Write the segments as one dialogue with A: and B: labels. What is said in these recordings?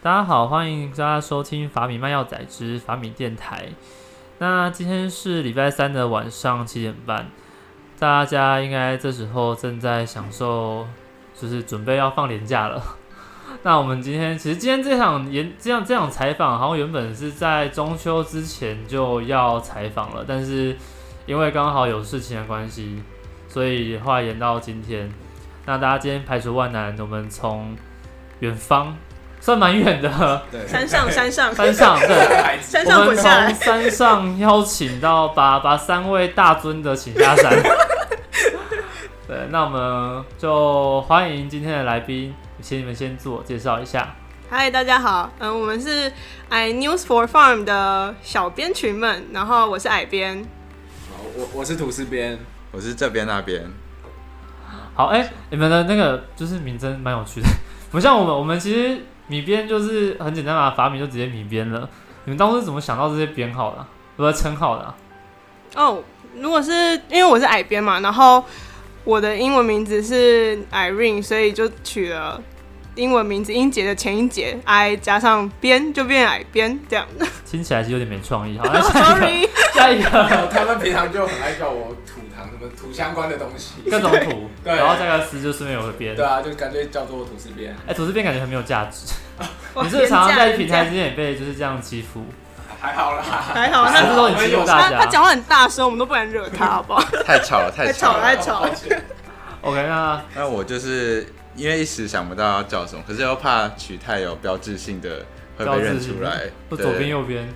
A: 大家好，欢迎大家收听法米卖药仔之法米电台。那今天是礼拜三的晚上七点半，大家应该这时候正在享受，就是准备要放年假了。 那我们今天其实今天这场演这样这场采访，好像原本是在中秋之前就要采访了，但是因为刚好有事情的关系，所以后来延到今天。那大家今天排除万难，我们从远方算蛮远的
B: 对，
C: 山上，山 上，
A: 山 上，对，
C: 山
A: 我
C: 上
A: 们
C: 滚下来
A: 从！山上邀请到把把三位大尊的请下 山。对，那我们就欢迎今天的来宾，请你们先自我介绍一下。
C: 嗨，大家好，嗯，我们是 i News for Farm 的小编群们，然后我是矮编，
B: 好我我是吐司边，
D: 我是这边那边，
A: 好，哎、你们的那个就是名称蛮有趣的， 不像我们，我们其实米编就是很简单嘛，法米就直接米编了。你们当初是怎么想到这些编号的啊、不是称号的啊、
C: 哦，如果是因为我是矮边嘛，然后我的英文名字是 Irene，所以就取了英文名字音节的前音节 i 加上边就变矮边这样。
A: 听起来是有点没创意。好，那下一个，
C: Sorry，
A: 下一 个，
B: 他们平常就很爱叫我吐糖，什么吐相关的东西，
A: 各种图，
B: 对
A: 然后再个词就顺便有个编
B: 对。啊，就干脆叫做我吐司边。
A: 哎、吐司片感觉很没有价值。
C: 我
A: 你是不是常常在
C: 廉
A: 平
C: 价
A: 台之间也被就是这样欺负，
B: 还好啦，
C: 还好，
A: 还
C: 啊那
A: 是说你欺负 大
C: 他他
A: 家
C: 讲话很大声，我们都不敢惹他，好 不好？
D: 太吵了，太
C: 太
D: 吵
C: 吵
D: 了。
C: 了，太吵了。
A: ？OK，那
D: 那我就是因为一时想不到要叫什么，可是又怕取太有标志性的会被认出来，
A: 不
D: 对
A: 左边右边，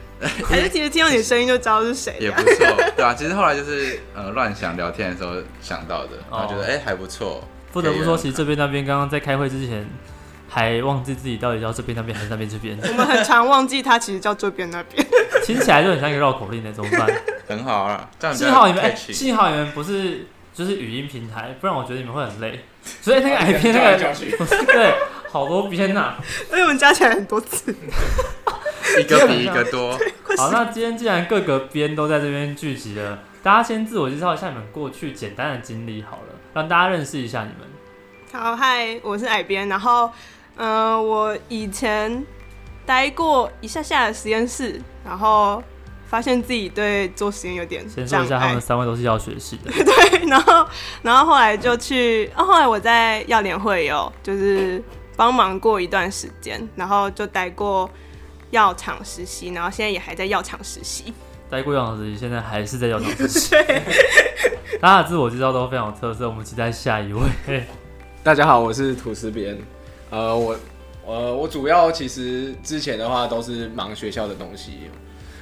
C: 还是其实听到你的声音就知道是谁
D: 也
C: 了。
D: 不错，对啊。其实后来就是呃乱想聊天的时候想到的，然后觉得
A: 哦
D: 哎、还不错，
A: 不得不说，
D: 可以
A: 其实这边那边刚刚在开会之前还忘记自己到底叫这边那边还是那边这边，
C: 我们很常忘记他其实叫这边那边。
A: 听起来就很像一个绕口令呢，怎么办？
D: 很好啊。这样比较
A: 幸好你们，
D: catchy
A: 哎幸好你们不是就是语音平台，不然我觉得你们会很累。所以那个
B: 改
A: 矮
B: 编
A: 边 那个
B: 教训，
A: 对，好多边呐、
C: 因为我们加起来很多次，
D: 一个比一个多。
A: 好，那今天既然各个边都在这边聚集了，大家先自我介绍一下你们过去简单的经历好了，让大家认识一下你们。
C: 好，嗨，我是矮边，然后，嗯、我以前待过一下下的实验室，然后发现自己对做实验有点
A: 先说
C: 障
A: 一下，他
C: 碍
A: 们，三位都是药学系的。
C: 对， 然后，然后后来就去，哦、后来我在药联会有就是帮忙过一段时间，然后就待过药厂实习，然后现在也还在药厂实习。
A: 待过药厂实习，现在还是在药厂实习。 大家的自我介绍都非常有特色，我们期待下一位。
B: 大家好，我是吐司边。呃，我呃，我主要其实之前的话都是忙学校的东西，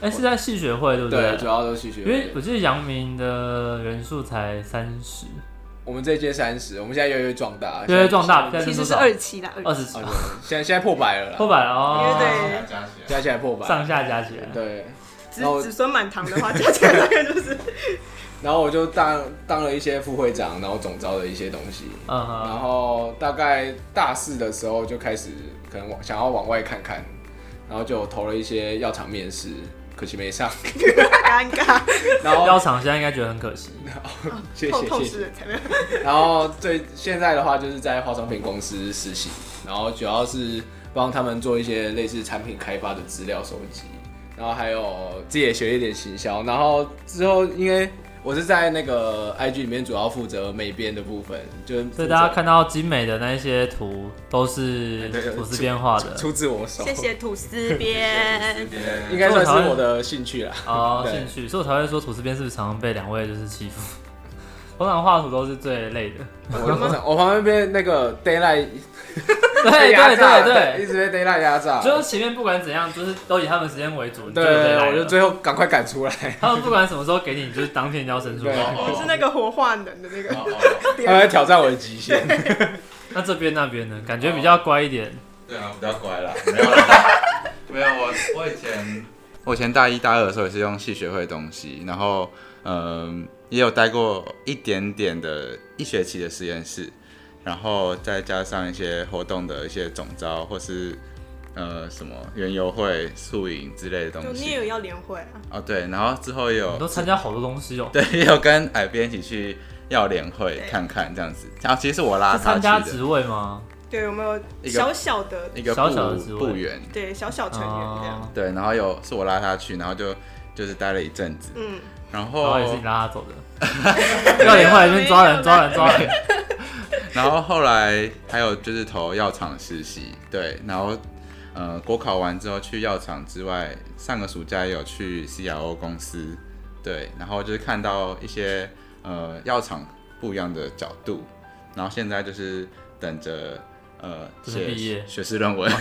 A: 哎、是在系学会对不
B: 对，
A: 对？
B: 主要都是系学
A: 因为
B: 会。
A: 我记得阳明的人数才三十，
B: 我们这一届三十，我们现在越来越壮大，
A: 越来越壮大
B: 现在
C: 其
A: 现在
C: 实
A: 是
C: 是
A: 多少
C: 二期啦，
A: 二
C: 二期
A: 十几
B: 哦，对现在现在破百了啦，
A: 破百了哦，
C: 因为对
D: 加起来
B: 加起来破百，
A: 上下加起来。
B: 对。
C: 子
B: 然
A: 哦
B: 后
C: 子孙满堂的话，加起来大概就是
B: 然后我就当当了一些副会长，然后总招的一些东西，
A: 嗯
B: 然
A: 哼，
B: 后大概大四的时候就开始可能往想要往外看看，然后就投了一些药厂面试，可惜没 上。
C: 尴尬，
B: 然后
A: 药厂现在应该觉得很可惜。
B: 谢
C: 痛
B: 谢
C: 痛
B: 谢
C: 失
B: 谢。
C: 人才没有。
B: 然后最现在的话就是在化妆品公司实习，然后主要是帮他们做一些类似产品开发的资料收集，然后还有自己也学一点行销。然后之后因为我是在那个 IG 里面主要负责美编的部分，就是
A: 所以
B: 负责
A: 大家看到精美的那一些图，都是
B: 哎对对
A: 吐司边画的
B: 出自我手，
C: 谢谢吐司边，
B: 应该算是我的兴趣啦。
A: 哦，
B: 对
A: 兴趣，所以我才会说吐司边是不是常常被两位就是欺负？通常画图都是最累 的。
B: 我我我旁边被那个 d a y l i g h t
A: 对对对对，
B: 一直被 d a y l i g h t 压榨，
A: 就是前面不管怎样，就是都以他们时间为主，你就
B: 对，我就
A: 就
B: 最后赶快赶出来。
A: 他们不管什么时候给你，你就是当天就要生出
D: 哦
A: 来。
B: 对
C: 哦我是那个活化人的那
A: 哦
C: 个。
B: 他在挑战我的极限。
A: 那这边那边呢，感觉比较乖一点。
B: 哦
D: 对啊，比较乖 啦，没有啦，没有我我以前我以前大一大二的时候也是用系学会的东西，然后嗯、也有待过一点点的一学期的实验室，然后再加上一些活动的一些总招或是呃什么园游会、宿营之类的东
C: 你也有
D: 西。
C: 要联会啊？
D: 哦对，然后之后也有
A: 你都参加好多东西哦、
D: 对也有跟矮边一起去要联会
C: 对
D: 看看这样子，然后其实是我拉
A: 是
D: 他
A: 参加
D: 去的。
A: 职位吗？
C: 对，我们有
D: 一个
C: 小小的
D: 一个
A: 小小的职
D: 部
A: 位
D: 部员，
C: 对小小成员这样，
A: 哦
D: 对，然后有是我拉他去，然后就就是待了一阵子，
C: 嗯，
D: 然
A: 哦然后
D: 后
A: 也是你拉他 走的，要你后来这边抓人抓人抓人，
D: 然后后来还有就是投药厂实习，对，然后呃国考完之后去药厂之外，上个暑假也有去 CRO 公司，对，然后就是看到一些呃药厂不一样的角度，然后现在就是等着呃
A: 就是
D: 写
A: 毕业
D: 学士论文，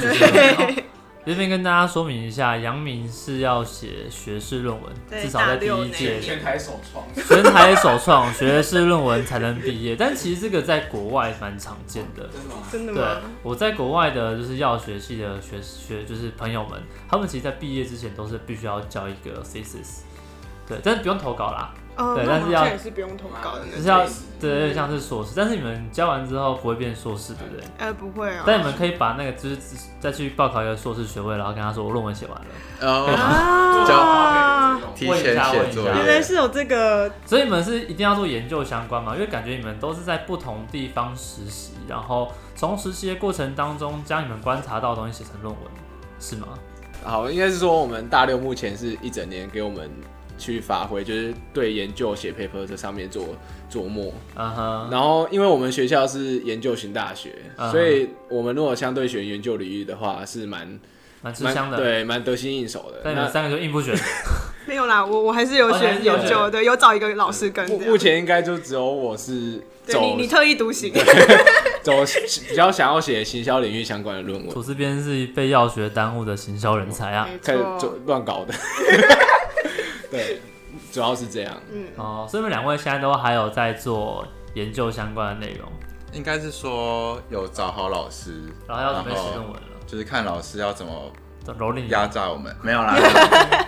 A: 这边跟大家说明一下，杨明是要写学士论文，
C: 对
A: 至少在第
C: 大六
A: 一
C: 那
A: 届
C: 一
B: 全台首创，
A: 全台首创学士论文才能毕业， 但其实这个在国外蛮常见的。
B: 真的吗？
C: 真的
A: 对
C: 吗？，
A: 我在国外的就是药学系的学学就是朋友们，他们其实在毕业之前都是必须要交一个 thesis，对，但是不用投稿啦，
C: 哦，
A: 对
C: 那
A: 但
C: 我
A: 是
C: 好
A: 要
C: 像也是不用投稿的那
A: 就
C: 种，
A: 是要
B: 类似
A: 对，有点像是硕士，但是你们交完之后不会变硕士，对不对？
C: 呃，不会啊，
A: 但你们可以把那个就是再去报考一个硕士学位，然后跟他说我论文写完了，
D: 哦，
C: 啊，
D: 提
A: 问一
D: 前
A: 下
D: 写
A: 问一
D: 作
A: 下
C: 原
D: 业
C: 来，是有这个，
A: 所以你们是一定要做研究相关嘛？因为感觉你们都是在不同地方实习，然后从实习的过程当中，将你们观察到的东西写成论文，是吗？
B: 好，应该是说我们大六目前是一整年给我们去发挥，就是对研究写 paper 这上面做琢磨。
A: 嗯哼，
B: 然后，因为我们学校是研究型大学
A: 嗯，
B: 所以我们如果相对选研究领域的话，是蛮
A: 蛮吃
B: 蛮
A: 香的。
B: 对，蛮得心应手的。
A: 但你们
B: 那
A: 三个就硬不选，
C: 没有啦，我我还是有
A: 哦你还
C: 选
A: 是
C: 有
A: 有
C: 就
A: 选
C: 对，有找一个老师跟
B: 目
C: 这
B: 目
C: 样，
B: 前应该就只有我是
C: 嗯对你
B: 走
C: 你特立独行，
B: 走比较想要写行销领域相关的论文，
A: 吐司边是被药学耽误的行销人才啊。
C: 没错
B: 开始做乱搞的。 对，主要是这样。
C: 嗯，
A: 哦，所以你们两位现在都还有在做研究相关的内容，
D: 应该是说有找好老师，
A: 然后要准备写论文了，
D: 就是看老师要怎么
A: 蹂躏你
D: 压榨我们没有啦，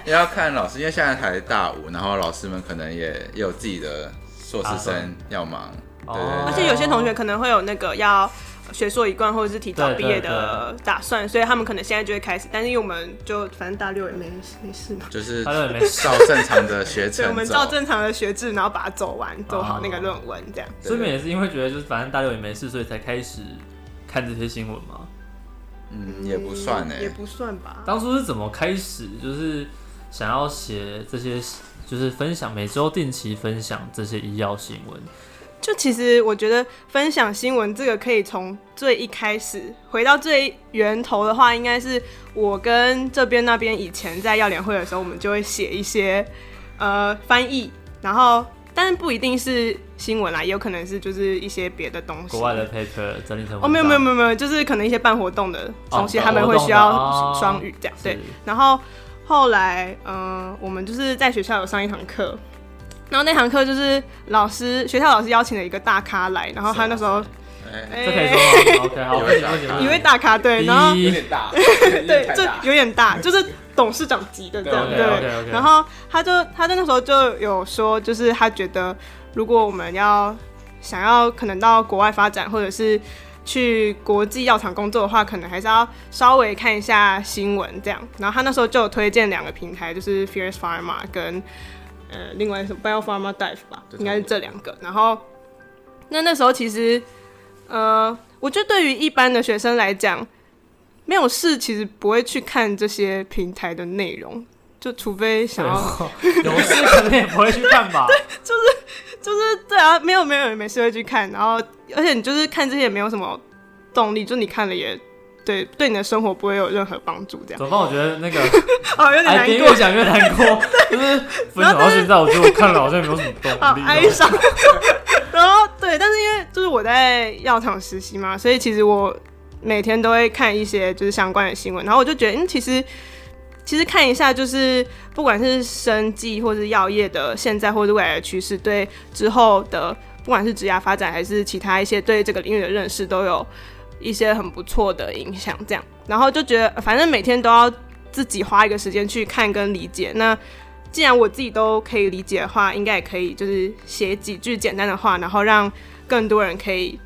D: 也要看老师，因为现在才大五，然后老师们可能也也有自己的硕士生要忙，
A: 哦
D: 对对对
C: 而且有些同学可能会有那个要学硕一贯或者是提早
A: 对
C: 毕
A: 对
C: 业的打算，所以他们可能现在就会开始，但是因为我们就反正大六也没没事嘛，
D: 就是
A: 他
D: 照
A: 认为没事。
D: 正常的学
C: 所以我
D: 程
C: 们照
D: 走。
C: 正常的学制，然后把它走完，做好那个论文这样。
A: 所以你们也是因为觉得就是反正大六也没事，所以才开始看这些新闻嘛。
D: 嗯，也不算哎、
C: 也不算吧。
A: 当初是怎么开始，就是想要写这些，就是分享每周定期分享这些医药新闻？
C: 就其实我觉得分享新闻这个可以从最一开始回到最源头的话，应该是我跟这边那边以前在药联会的时候，我们就会写一些呃翻译，然后但是不一定是新闻啦，也有可能是就是一些别的东西。
A: 国外的 paper 整理成文章
C: 哦，没有没有没有没有，就是可能一些办活动的东西，
A: 哦
C: 他们会需
A: 办活动的
C: 要
A: 哦
C: 双语这样。对
A: 是，
C: 然后后来，嗯、我们就是在学校有上一堂课，然后那堂课就是老师学校老师邀请了一个大咖来，然后他那时候
D: 哎
A: 啊这可以说吗？OK，好，
D: 有
A: 不行
D: 打
A: 不行
D: 卡
A: 不
C: 一
A: 行
C: 位大咖对，然后
A: 第
B: 有
A: 一
B: 点 大，
C: 对
B: 对，
C: 这有点大， 就是董事长级的这样
A: 对
C: 对。
A: OK，OK，OK
C: 然后他就他在那时候就有说，就是他觉得如果我们要想要可能到国外发展，或者是去国际药厂工作的话，可能还是要稍微看一下新闻这样。然后他那时候就有推荐两个平台，就是 Fierce Pharma 跟呃另外一首 Bio Pharma Dive 吧，应该是这两个。然后那那时候其实呃，我觉得对于一般的学生来讲。没有事，其实不会去看这些平台的内容，就除非想要
A: 对有事可能也不会去看吧？
C: 对啊，没有没有人没事会去看，然后而且你就是看这些也没有什么动力，就你看了也对对你的生活不会有任何帮助，这样
A: 怎么办？我觉得那个
C: 哦有点
A: 哎，
C: 难
A: 别
C: 过
A: 越，讲越难过，就是分享到现在，我觉得我看了好像没有什么动
C: 好
A: 力哦。
C: 啊哀伤。 然后对，但是因为就是我在药厂实习嘛，所以其实我每天都会看一些就是相关的新闻，然后我就觉得，嗯，其实其实看一下就是不管是生技或是药业的现在或是未来的趋势，对之后的不管是职涯发展还是其他一些对这个领域的认识，都有一些很不错的影响。这样，然后就觉得呃反正每天都要自己花一个时间去看跟理解那。既然我自己都可以理解的话，应该也可以就是写几句简单的话，然后让更多人可以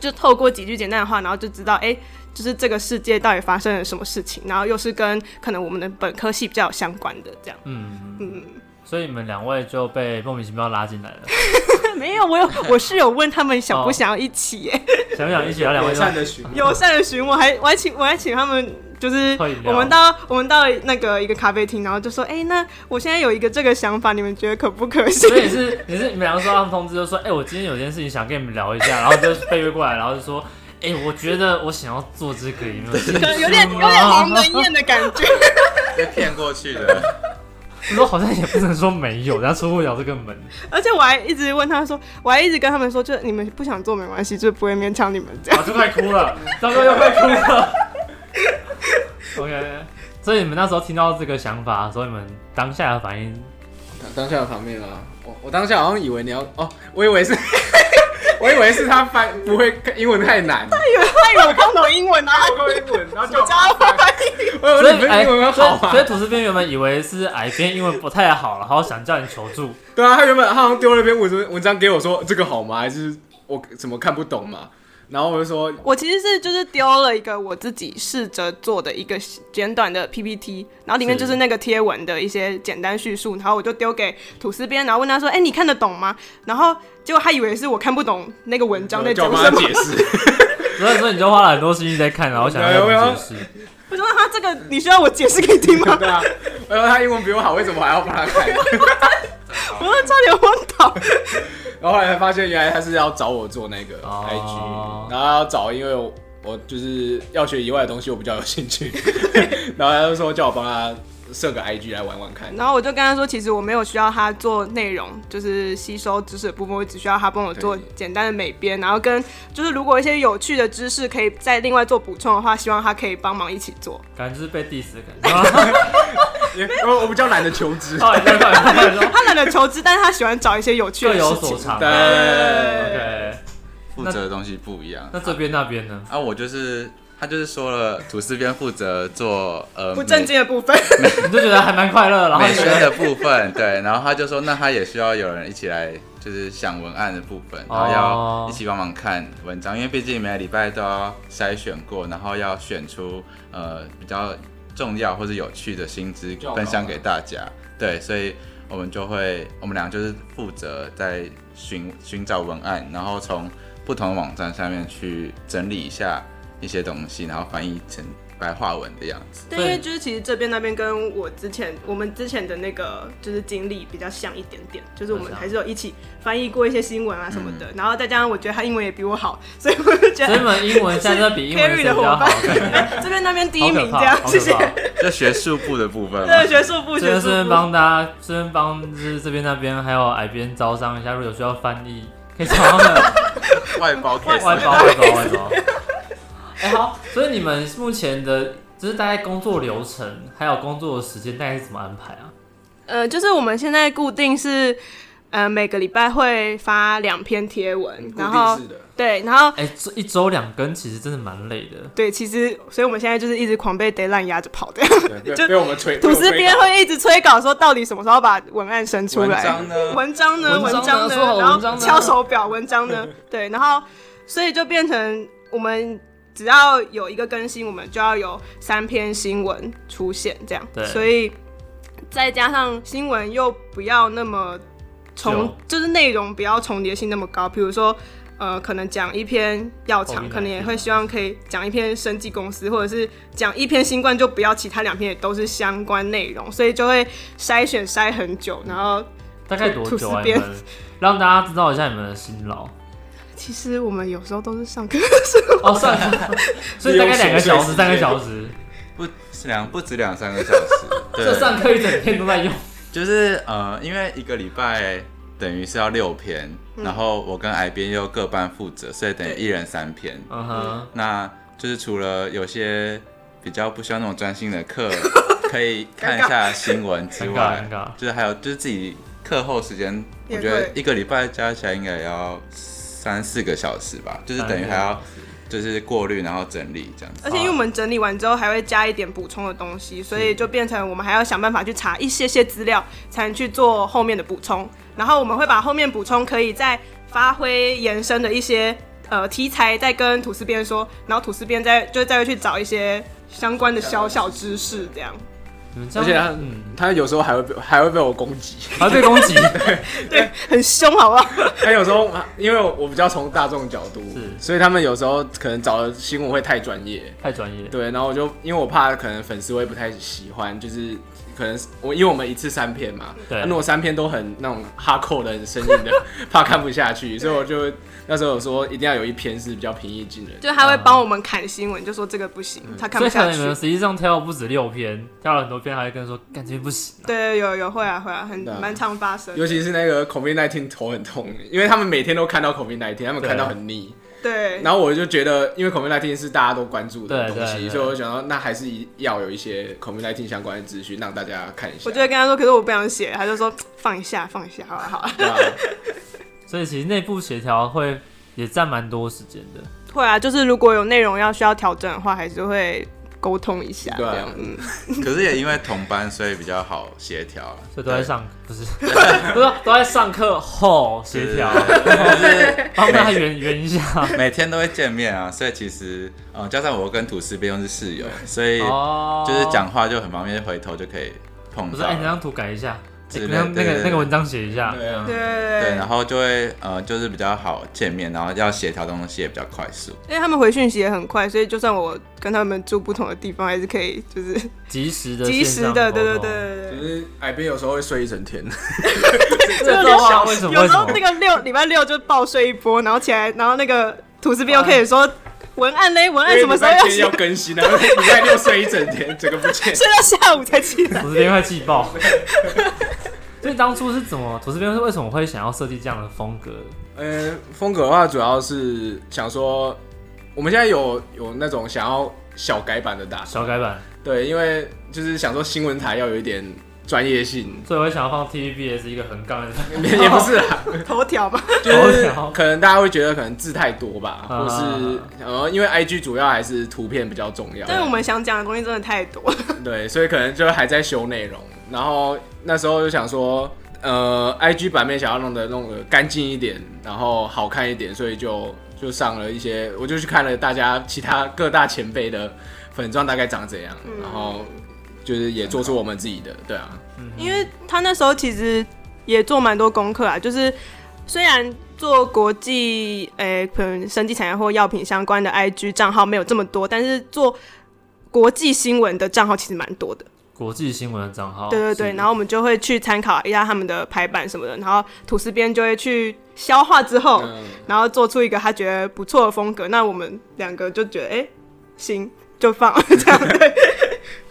C: 就透过几句简单的话，然后就知道，哎、就是这个世界到底发生了什么事情，然后又是跟可能我们的本科系比较有相关的这样。
A: 嗯，
C: 嗯，
A: 所以你们两位就被莫名其妙拉进来了。
C: 没有，我有我室友问他们想不想要一起耶，
A: 想不想一起聊两位
B: 友？善的询问，
C: 友善的询问，还我还请我还请他们。就是
A: 喝饮料
C: 我们到我们到那个一个咖啡厅，然后就说，哎、那我现在有一个这个想法，你们觉得可不可行
A: 所？以是你是你们两个收到通知就说，哎、我今天有件事情想跟你们聊一下，然后就被约过来，然后就说，哎、我觉得我想要做这个，有没有兴趣
C: 可能有点有点
A: 吗
C: 鸿门宴的感觉。
D: 被骗过去的，
A: 我说好像也不能说没有，人家出不了这个门。
C: 而且我还一直问他说，我还一直跟他们说，就你们不想做没关系，就不会勉强你们这样。
A: 啊，就快哭了，糟糕，又快哭了。OK，所以你们那时候听到这个想法，所以你们当下的反应，
B: 当下有旁边啊，我我当下好像以为你要哦，我以为是， 我以为是他翻不会英文太难，
C: 他以为我看不懂英文啊，
B: 不会英文，然后
C: 我加翻
B: 我
A: 所
B: 以为你
A: 以
B: 不是英文
A: 所
B: 好
A: 以所以
B: 吗？
A: 吐司边原本以为是矮边英文不太好，然后想叫你求助，
B: 对啊，他原本他好像丢了一篇文章文章给我说这个好吗？还是我怎么看不懂嘛？然后我就说
C: 我其实是就是丢了一个我自己试着做的一个简短的 PPT，然后里面就是那个贴文的一些简单叙述，然后我就丢给吐司边，然后问他说：“哎、你看得懂吗？”然后结果他以为是我看不懂那个文章在
B: 叫
C: 讲
B: 我
C: 什
B: 妈
C: 么，
B: 解释，
A: 所以说你就花了很多心力在看，然后想要怎么解释。
C: 我说：“他这个你需要我解释给你听 吗
B: 对啊，我说他英文比我好，为什么还要帮他看？？”
C: 我说：“差点昏倒。
B: 然后后来才发现，原来他是要找我做那个 IG，、
A: 哦
B: 然后要找，因为我我就是要学以外的东西，我比较有兴趣。然后他就说叫我帮他设个 IG 来玩玩看”。
C: 然后我就跟他说：“其实我没有需要他做内容，就是吸收知识的部分，我只需要他帮我做
B: 对
C: 简单的美编，然后跟就是如果一些有趣的知识可以再另外做补充的话，希望他可以帮忙一起做。”
A: 感觉就是被 diss 的感觉。
B: 因为我我比较懒得求职。
A: 到底在到底在到底在
C: 他懒得求知，但是他喜欢找一些有趣
A: 各
C: 的
A: 有
C: 事
A: 所
C: 情。
A: 长
B: 对
A: 啊。OK，
D: 负责的东西不一样。
A: 那这边那边呢？
D: 啊，我就是他就是说了，吐司边负责做呃
C: 不正经的部分，
A: 你就觉得还蛮快乐，然后
D: 美
A: 你觉
D: 宣
A: 得
D: 的部分，对，然后他就说，那他也需要有人一起来，就是想文案的部分，然后
A: 哦
D: 要一起帮忙看文章，因为毕竟每个礼拜都要筛选过，然后要选出呃比较重要或者有趣的新知
B: 教稿
D: 分享
B: 嘛
D: 给大家，对，所以我们就会，我们俩就是负责在寻寻找文案，然后从不同的网站上面去整理一下一些东西，然后翻译成白话文的样子，
C: 对，因为就是其实这边那边跟我之前我们之前的那个就是经历比较像一点点，就是我们还是有一起翻译过一些新闻啊什么的，然后再加上我觉得他英文也比我好，所以我就
A: 嗯所
C: 觉
A: 以你
C: 得
A: 们英文现在都比英文
C: Carry
A: 谁
C: 的
A: 比
C: 伙
A: 较好
C: 伴？，这边那边第一
A: 好可
C: 名
A: 怕，
C: 这样
A: 好，
C: 谢
A: 可
C: 谢。
A: 怕。
D: 就学术部的部分嘛。
C: 对，学术部，
A: 这
C: 学
A: 边
C: 术
A: 顺便
C: 部，
A: 帮大家，顺便帮就是这边那边还有矮边招商一下，如果有需要翻译，可以找他 们
D: 外包 case，
A: 外包外包外包。 哎、好，所以你们目前的就是大概工作流程还有工作的时间大概是怎么安排啊？
C: 呃，就是我们现在固定是。呃，每个礼拜会发两篇贴文，然后
B: 固定式的
C: 对，然后
A: 哎、这一周两更其实真的蛮累的。
C: 对，其实，所以我们现在就是一直狂被 deadline 压着跑 的。
B: 对，
C: 就
B: 被被我们 吹
C: 吐司边会一直催稿，说到底什么时候把文案生出
D: 文
C: 来？
D: 章呢？
C: 文章呢？
A: 文章呢
C: 章呢？
A: 说好
C: 然
A: 文章
C: 后
A: 呢
C: 敲手表，文 章呢？对，然后所以就变成我们只要有一个更新，我们就要有三篇新闻出现，这样
A: 对。
C: 所以再加上新闻又不要那么重，就是内容不要重叠性那么高，比如说。呃，可能讲一篇药厂，
A: COVID-19
C: 可能也会希望可以讲一篇生技公司，或者是讲一篇新冠，就不要其他两篇也都是相关内容，所以就会筛选筛很久，然后
A: 大概多
C: 吐
A: 久
C: 司
A: 啊？你
C: 边
A: 们让大家知道一下你们的辛 劳
C: 其实我们有时候都是上课，
A: 哦，算了，所以大概两个小时、三个小时，
D: 不是两不止两三个小 时，
A: 这
D: 对，
A: 上课一整天都在用。
D: 就是呃，因为一个礼拜等于是要六篇，然后我跟癌边又各半负责，所以等于一人三篇。
A: 嗯哼，
D: 那就是除了有些比较不需要那种专心的课，可 以看一下新闻之外
A: 尴尬尴尬，
D: 就是还有就是自己课后时间，我
C: 也
D: 觉得
C: 会
D: 一个礼拜加起来应该也要三四个小时吧，就是等于还要就是过滤然后整理这样子。
C: 而且因为我们整理完之后还会加一点补充的东西，所以就变成我们还要想办法去查一些些资料，才能去做后面的补充。然后我们会把后面补充可以再发挥延伸的一些呃题材，再跟吐司边说，然后吐司边再就再去找一些相关的小小知识，这样
A: 你们这
B: 而且
A: 样
B: 他，
A: 嗯，
B: 他有时候还会被还会被我攻击，
A: 还被攻击，
C: 很凶，好不 好？
B: 他有时候因为我比较从大众角度
A: 是，
B: 所以他们有时候可能找的新闻会太专业，
A: 太专业了。
B: 对，然后我就因为我怕可能粉丝会不太喜欢，就是可能是我因为我们一次三篇嘛，
A: 对
B: 那如果三篇都很那种哈扣的、很生硬的， 怕看不下去，所以我就那时候有说一定要有一篇是比较平易近人的。
C: 就他会帮我们砍新闻，就说这个不行，他
A: 所
C: 看不
A: 以可
C: 下
A: 能你们
C: 去。
A: 实际上挑了不止六篇，挑了很多篇，还会跟人说感觉不行、啊。
C: 对，有有会啊会啊，很
B: 对啊
C: 蛮常发生。
B: 尤其是那个 COVID 19头很痛，因为他们每天都看到 COVID 19，他们看到很腻。
C: 对，
B: 然后我就觉得，因为 COVID 19是大家都关注
A: 对
B: 的东
A: 对
B: 西，
A: 对
B: 所以我想到那还是一要有一些 COVID 19相关的资讯让大家看一下。
C: 我就会跟他说，可是我不想写，他就说放一下放一下，好了好了。
B: 对啊
A: 所以其实内部协调会也占蛮多时间的。
C: 会啊，就是如果有内容要需要调整的话，还是会沟通一下。
B: 对啊
C: 这样嗯，
D: 可是也因为同班，所以比较好协调啊了。
A: 所以都在 上，不是，不是都在上课后协调，
D: 就是
A: 帮大家圆圆一下。
D: 每天都会见面啊，所以其实呃，加上我跟吐司边又是室 友，所以
A: 哦，
D: 就是讲话就很方便，回头就可以碰
A: 不是，
D: 到
A: 哎、你那
D: 了。
A: 张图改一下，哎
D: 之
A: 那
D: 类
A: 张那
D: 对对
A: 个
D: 对
A: 那个文章写一下。
B: 对啊
A: 嗯
D: 对，
C: 对
D: 然，后就会呃，就是比较好见面，然后要协调东西也比较快速。
C: 因为他们回讯息也很快，所以就算我跟他们住不同的地方，还是可以就是
A: 及时的，
C: 及时的，对对对。
B: 只
C: 对对。
B: 是矮边有时候会睡一整天。
A: 这段话啊为什么？
C: 有
A: 为
C: 时
A: 什
C: 候
A: 么
C: 那？个六礼拜六就暴睡一波，然后起来，然后那个吐司边
A: 啊
C: 又可以说文案嘞， 文哎案什么时候
B: 因为礼
C: 要
B: 拜天
C: 写
B: 要？更新然后 礼拜六睡一整天，整个不见。
C: 睡到下午才起来。
A: 吐司边快气爆。 所以当初是怎么？吐司边是为什么会想要设计这样的风格？
B: 呃，风格的话，主要是想说，我们现在有有那种想要小改版的打算，
A: 小改版，
B: 对，因为就是想说新闻台要有一点专业性，
A: 所以我会想要放 TVBS 一个横杠的
C: 哦
B: 也不是啦，
C: 头条嘛，
B: 就是
A: 头条
B: 可能大家会觉得可能字太多吧，
A: 啊
B: 或是呃，因为 IG 主要还是图片比较重要，
C: 但是我们想讲的东西真的太多，
B: 对，所以可能就还在修内容，然后那时候就想说，呃，IG 版面想要弄得弄得干净一点，然后好看一点，所以就就上了一些，我就去看了大家其他各大前辈的粉状大概长怎样，然后就是也做出我们自己的，对啊，
C: 因为他那时候其实也做蛮多功课啊，就是虽然做国际诶、可能生技产业或药品相关的 IG 账号没有这么多，但是做国际新闻的账号其实蛮多的。
A: 国际新闻的账号。
C: 对对对，
A: 哦是
C: 然后我们就会去参考一下他们的排版什么的，然后吐司边就会去消化之后，
B: 嗯，
C: 然后做出一个他觉得不错的风格。那我们两个就觉得哎、诶行，就放这样对。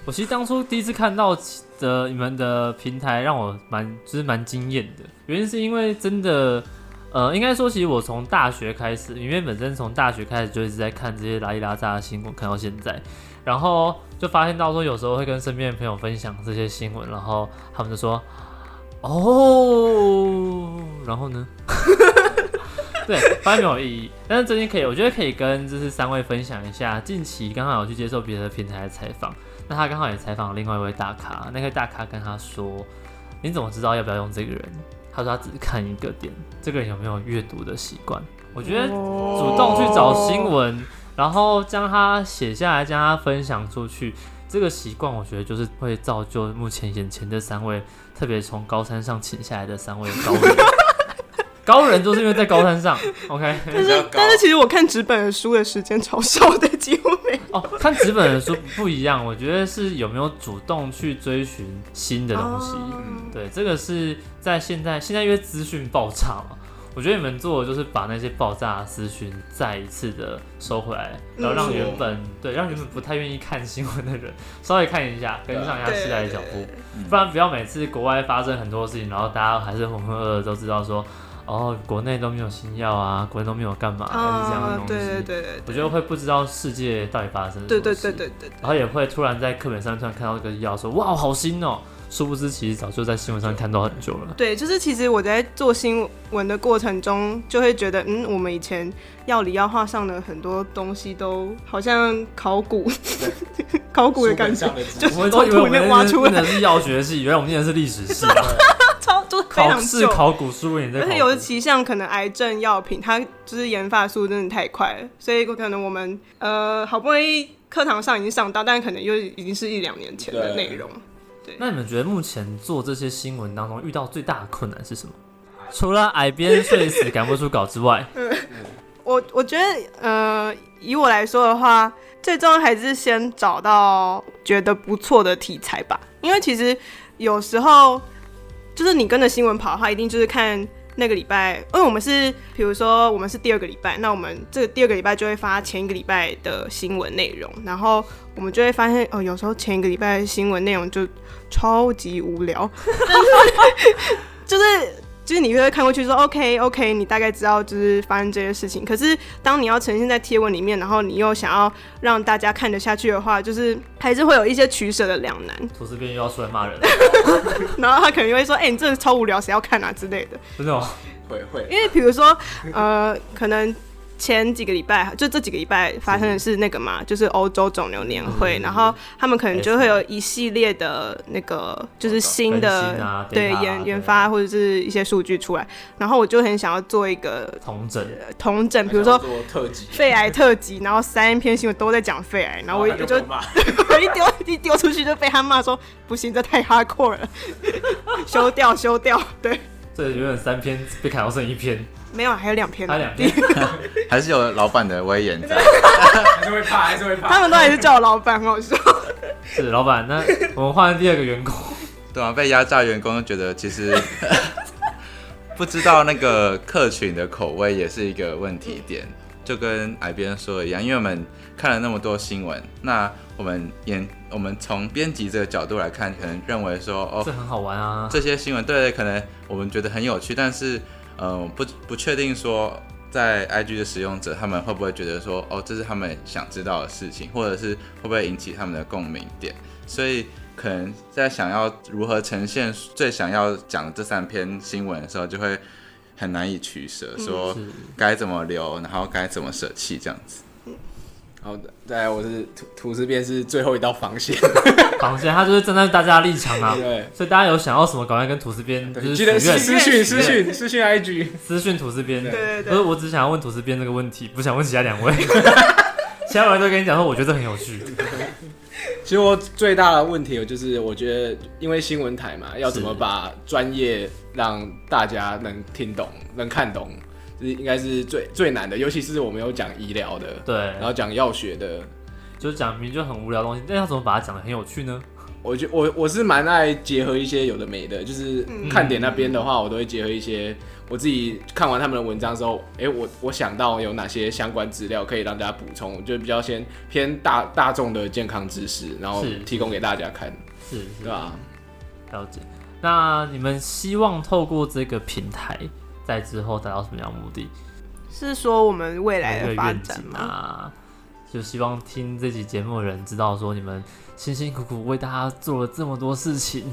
A: 我其实当初第一次看到的你们的平台，让我蛮就是蛮惊艳的。原因是因为真的，呃，应该说其实我从大学开始，因为本身从大学开始就一直在看这些拉里拉杂的新闻，看到现在，然后就发现到说有时候会跟身边的朋友分享这些新闻，然后他们就说，哦，然后呢？ 对，发现没有意义。但是最近可以，我觉得可以跟就是三位分享一下，近期刚好有去接受别的平台的采访。那他刚好也采访了另外一位大咖，那个大咖跟他说：“你怎么知道要不要用这个人？”他说他只看一个点，这个人有没有阅读的习惯。我觉得主动去找新闻，然后将它写下来，将它分享出去，这个习惯我觉得就是会造就目前眼前这三位，特别从高山上请下来的三位高人。 高人就是因为在高山上，OK，
C: 但是但是其实我看纸本的书的时间超少的，几乎没有。
A: 哦，看纸本的书不一样，我觉得是有没有主动去追寻新的东西。嗯
C: 哦
A: 对，这个是在现在现在因为资讯爆炸嘛，我觉得你们做的就是把那些爆炸的资讯再一次的收回来，然
C: 嗯
A: 后让
B: 没错
A: 原本对让原本不太愿意看新闻的人稍微看一下，跟
C: 啊
A: 上一下时代的脚步，
C: 嗯
A: 不然不要每次国外发生很多事情，然后大家还是浑浑噩噩都知道说，哦，国内都没有新药啊，国内都没有干嘛，还是这样的
C: 啊
A: 东，西。
C: 对对对对
A: 我觉得会不知道世界到底发生什么
C: 对对
A: 事
C: 对对对，
A: 然后也会突然在课本上突然看到一个药，说哇好新哦，殊不知其实早就在新闻上看到很久了。
C: 对，就是其实我在做新闻的过程中，就会觉得，嗯，我们以前药理药画上的很多东西都好像考古， 考古的感
B: 书
C: 觉
B: 本上，的资
C: 就
B: 料
A: 我们
C: 是
A: 都
C: 从
A: 以为
C: 土
A: 我
C: 里面
A: 们
C: 挖出
A: 念
C: 来，
A: 的是药学系，原来我们念的是历史系啊，
C: 超就是 非
A: 考
C: 常
A: 试
C: 旧。
A: 考古书也在考
C: 而
A: 古。
C: 且尤其像可能癌症药品，它就是研发速度真的太快了，所以可能我们呃好不容易课堂上已经上到，但可能又已经是一两年前的
B: 对
C: 内容。对
A: 那你们觉得目前做这些新闻当中遇到最大的困难是什么？除了矮边睡死赶不出稿之 外，
C: 我我觉得，呃，以我来说的话，最终还是先找到觉得不错的题材吧。因为其实有时候，就是你跟着新闻跑的话，一定就是看那个礼拜，因为我们是，比如说我们是第二个礼拜，那我们这个第二个礼拜就会发前一个礼拜的新闻内容，然后我们就会发现，哦，有时候前一个礼拜的新闻内容就超级无聊， 就是就是就是你会看过去说 OK OK，你大概知道就是发生这些事情。可是当你要呈现在贴文里面，然后你又想要让大家看得下去的话，就是还是会有一些取舍的两难。
A: 吐司边又要出来骂人了，
C: 然后他可能就会说：“哎、你这个超无聊，谁要看啊之类的。
A: 真的、哦。
B: 会”会
C: 因为比如说，呃，可能前几个礼拜就这几个礼拜发生的是那个嘛，就是欧洲肿瘤年
A: 嗯
C: 会，然后他们可能就会有一系列的那个就是新
A: 哦更新
C: 的、
A: 啊
C: 对
A: data 啊
C: 研
A: 对
C: 研发或者是一些数据出来，然后我就很想要做一个
A: 同整，
C: 同整，比如说
B: 还想要做特 辑，
C: 肺癌 特辑，然后三篇新闻都在讲肺
A: 哦
C: 癌，然后我一
B: 那
C: 我
B: 就
C: 就
B: 不骂
C: 我 一丢一丢出去就被他骂说不行，这太 hardcore 了， 修掉修掉。对，
A: 这永远三篇被砍到剩一 篇，
C: 没有，还有两篇啊呢
A: 还有两篇，
D: 还是有老板的威严在。
B: 还是会怕，还是会
C: 他
B: 怕。
C: 们都还是叫我老板，很好笑。
A: 是老板。那我们换第二个员工，
D: 对啊，被压榨员工就觉得其实 不知道那个客群的口味也是一个问题点，就跟矮边说的一样，因为我们看了那么多新闻，那我们演我们从编辑这个角度来看，可能认为说哦
A: 这，很好玩啊。
D: 这些新闻对，可能我们觉得很有趣，但是呃不不确定说。在 IG 的使用者，他们会不会觉得说，哦，这是他们想知道的事情，或者是会不会引起他们的共鸣点？所以可能在想要如何呈现最想要讲的这三篇新闻的时候，就会很难以取舍，说
A: 是
D: 该怎么留，然后该怎么舍弃这样子。
B: 好的，再来我是吐吐司边是最后一道防线，
A: 绑架他就是站在大家的立场啊。
B: 对
A: 所以大家有想要什么，赶快跟吐司边就是
B: 对，记
A: 许
B: 得
A: 愿
B: 私私讯
C: 许
B: 私
C: 愿
B: 讯私讯 IG，
A: 私讯吐司边。
B: 对
C: 对对对
A: 不是，我只想要问吐司边这个问题，不想问其他两 位。其他人都跟你讲说，我觉得这很有趣。
B: 其实我最大的问题就是，我觉得因为新闻台嘛，要怎么把专业让大家能听懂、能看懂，就是应该是最最难的。尤其是我们有讲医疗的，
A: 对
B: 然，后讲药学的，
A: 就是讲明明就很无聊的东西，但要怎么把它讲的很有趣呢？
B: 我觉我我是蛮爱结合一些有的没的，就是看点那边的话，我都会结合一些我自己看完他们的文章之后，诶，我我想到有哪些相关资料可以让大家补充，我就比较先偏大大众的健康知识，然后
A: 是
B: 提供给大家看，
A: 是，是
B: 对吧、
A: 了解。那你们希望透过这个平台，在之后达到什么样的目的？
C: 是说我们未来
A: 有一个
C: 的发
A: 愿
C: 展
A: 景
C: 吗？
A: 啊？就希望听这期节目的人知道，说你们辛辛苦苦为大家做了这么多事情，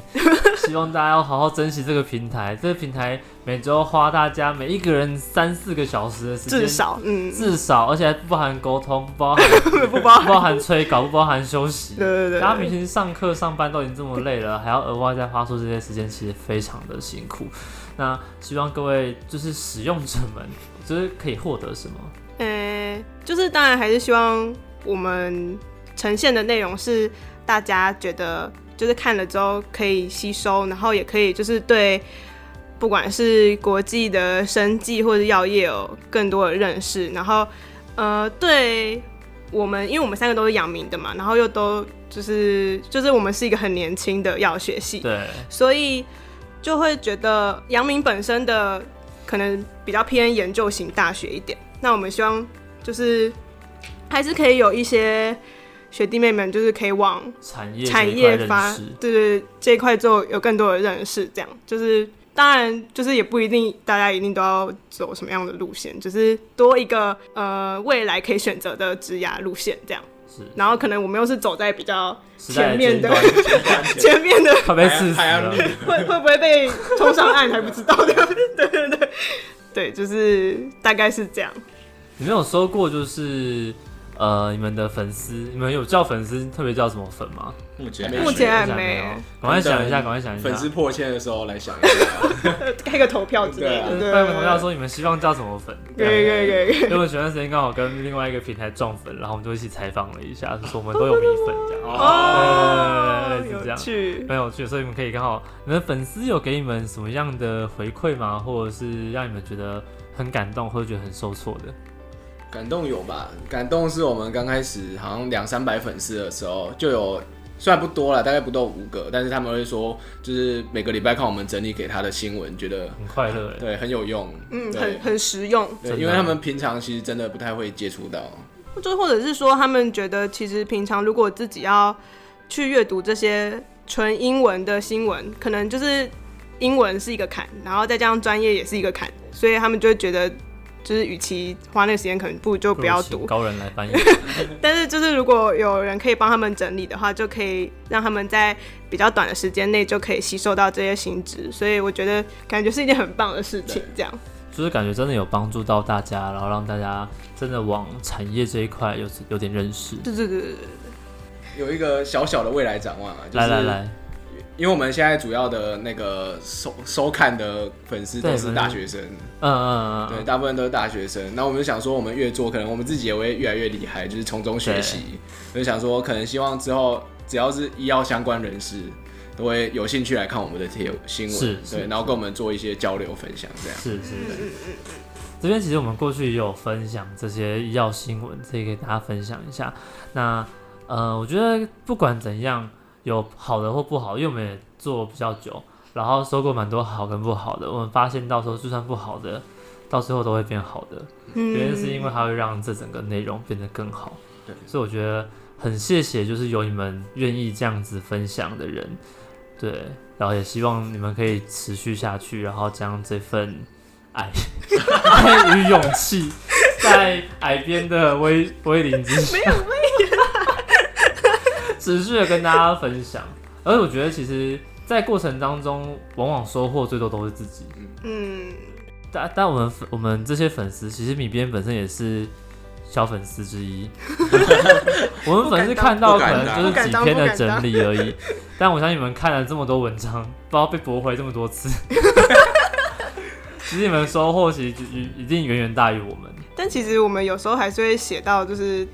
A: 希望大家要好好珍惜这个平台。这个平台每周花大家每一个人三四个小时的时间，
C: 至少，嗯，
A: 至少，而且还不包含沟通，不包含
C: 不 包
A: 不包含催稿，不包含休息。
C: 对对对
A: 大家平
C: 对，
A: 时上课上班都已经这么累了，还要额外再花出这些时间，其实非常的辛苦。那希望各位就是使用者们，就是可以获得什么？
C: 呃、就是当然还是希望我们呈现的内容是大家觉得就是看了之后可以吸收，然后也可以就是对不管是国际的生计或者药业有更多的认识，然后呃对我们，因为我们三个都是阳明的嘛，然后又都就是就是我们是一个很年轻的药学系，
A: 对，
C: 所以就会觉得阳明本身的可能比较偏研究型大学一点。那我们希望就是还是可以有一些学弟妹们，就是可以往
A: 产业
C: 产
A: 这一块
C: 业
A: 认
C: 发
A: 识，
C: 对对对这一块做有更多的认识，这样就是。当然，就是也不一定，大家一定都要走什么样的路线，只是多一个呃未来可以选择的职涯路线这样。
A: 是
C: 然后可能我们又是走在比较
A: 时代
C: 前面
A: 尖
C: 的
A: 端
C: 前面的
A: 快被刺死
B: 海洋
A: 了
B: 海。
C: 会会不会被冲上岸还不知道的，对对对，对，就是大概是这样。
A: 你们有收过就是呃你们的粉丝，你们有叫粉丝特别叫什么粉吗？
D: 目前
B: 还没
C: 目前还
A: 想
C: 哎没
A: 有
C: 有，
A: 赶快想一下，赶快想一下。
B: 粉丝破千的时候来想一下，
C: 开个投票之类的，
A: 就是
C: 对
A: 呃拜托同
C: 对
A: 要说你们希望叫什么粉？
C: 对对对对
A: 因
C: 对，
A: 为我前段时间刚好跟另外一个平台撞粉，然后我们就一起采访了一下，就是我们都有米粉这样。
B: 哦
A: 对对对对对是
C: 有
A: 这这样。
C: 去
A: 蛮有趣的，所以你们可以刚好，你们的粉丝有给你们什么样的回馈吗？或者是让你们觉得很感动，或者觉得很受挫的？
B: 感动有吧？感动是我们刚开始好像两三百粉丝的时候就有，虽然不多了，大概不到五个，但是他们会说，就是每个礼拜看我们整理给他的新闻，觉得
A: 很快乐哎，
B: 对很有用，
C: 嗯，
B: 对
C: 很很实用。
A: 真
B: 对，
A: 的
B: 因为他们平常其实真的不太会接触到，
C: 就或者是说，他们觉得其实平常如果自己要去阅读这些纯英文的新闻，可能就是英文是一个坎，然后再加上专业也是一个坎，所以他们就会觉得，就是与其花那个时间，可能不如 就不要
A: 如
C: 读
A: 请。高人来翻译，
C: 但是就是如果有人可以帮他们整理的话，就可以让他们在比较短的时间内就可以吸收到这些新知，所以我觉得感觉是一件很棒的 事情。这样，
A: 就是感觉真的有帮助到大家，然后让大家真的往产业这一块有有点认识。
C: 对对对对对
B: 有一个小小的未来展望啊，就是
A: 来来来，
B: 因为我们现在主要的那个收收看的粉丝都是大学生，
A: 嗯嗯嗯
B: 对，
A: 嗯，
B: 大部分都是大学生。那我们就想说，我们越做，可能我们自己也会越来越厉害，就是从中学习。就想说，可能希望之后只要是医药相关人士，都会有兴趣来看我们的贴新闻，
A: 是是
B: 对，然后跟我们做一些交流分享，这样。
A: 是是是。这边其实我们过去也有分享这些医药新闻，这以给大家分享一下。那呃，我觉得不管怎样，有好的或不好，因为我们也做比较久，然后收过蛮多好跟不好的。我们发现到时候就算不好的，到最后都会变好的，
C: 嗯
A: 原因是因为它会让这整个内容变得更好。
B: 对
A: 所以我觉得很谢谢，就是有你们愿意这样子分享的人，对，然后也希望你们可以持续下去，然后将这份爱 爱与勇气，在海边的威威灵之下，没有威灵，持续的跟大家分享。而我觉得，其实，在过程当中，往往收获最多都是自己。
C: 嗯，
A: 但但我们粉我们这些粉丝，其实米边本身也是小粉丝之 一。我们粉丝看到
D: 不
A: 可
D: 敢当
A: 能就是几篇
C: 不
A: 的
C: 敢当
A: 整理而已，但我相信你们看了这么多文章，不知道被驳回这么多次， 其实你们收获其实一定远远大于我们。
C: 但其实我们有时候还是会写到，就是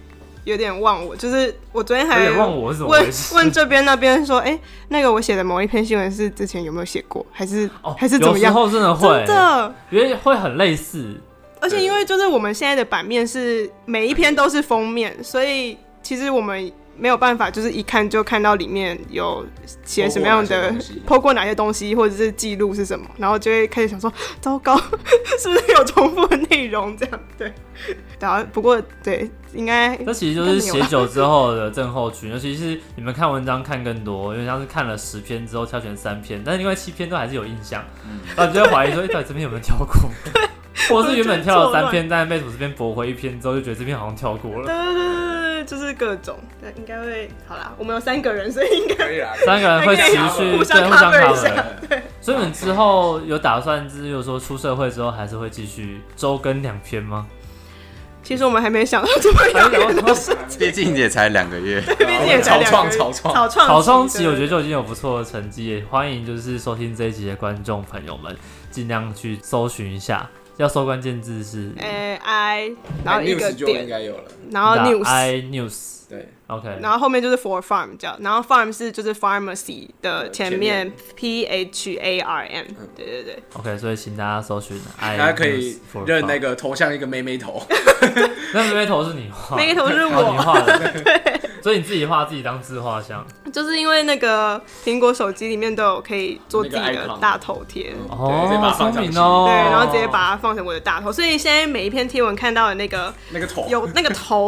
C: 有点忘我，就是我昨天
A: 有
C: 还
A: 点忘我是怎么
C: 问
A: 回事。
C: 问这边那边说，哎、那个我写的某一篇新闻是之前有没有写过，还是、
A: 哦，
C: 还是怎么样
A: 有？时候真的会
C: 真，的，
A: 因为会很类似，
C: 而且因为就是我们现在的版面是每一篇都是封面，所以其实我们没有办法就是一看就看到里面有写什么样的
B: 剖过哪些东西，
C: 剖过哪些东西，或者是记录是什么，然后就会开始想说，糟糕， 是不是有重复的内容？这样对，然后不过对，应该
A: 那其实就是写久之后的症候群，尤其是你们看文章看更多，因为像是看了十篇之后挑选三篇，但是另外七篇都还是有印象，然后你就会怀疑说，哎、到底这边有没有 挑过？或者是原本挑了三篇，但是被主这边驳回一篇之后，就觉得这篇好像挑过了。
C: 对对对对对，就是各种，对，应该会好啦。我们有三个人，所以应该
B: 可以啊啦，
A: 三个人会持续
C: 互相
A: 对互相
C: cover 一
A: cover，
C: 下
A: 所以你们之后有打算，就是说出社会之后还是会继续周更两篇吗？
C: 其实我们还没想到这么遥远的事，
D: 毕竟也才两个月，
C: 毕竟也
B: 草
C: 才两
B: 创
C: 个月
B: 草创，
C: 草创
A: 草创期我觉得
C: 得
A: 就已经有不错的成绩，也欢迎就是收听这一集的观众朋友们，尽量去搜寻一下，要搜关键字是
C: 哎 I，然后一个
B: news 就应
C: 点，
B: 该有了，
C: 然后
A: The
C: news，
A: i news
B: 对，
A: OK，
C: 然后后面就是 for farm 这样，然后 farm 是就是 pharmacy
B: 呃
C: 的前面 p h a r m，对
B: 嗯
C: 对对，
A: OK，所以请大家搜寻 i，
B: 大家可以
A: 哎 news for
B: 认那
A: fun
B: 个头像一个妹妹头，
A: 那妹妹头是你画的，
C: 那个头是
A: 哦你
C: 我，
A: 画的， 所以你自己画自己当自画像
C: 就是因为那个苹果手机里面都有可以做自己
B: 那个
C: 的
B: icon 嗯
C: 大头贴，
B: 直接把
A: 哦，
B: 它
A: 聪
B: 放上去
A: 明哦，
C: 对，然后直接把它放成我的大头，所以现在每一篇贴文看到的那个
B: 那个头
C: 有那个头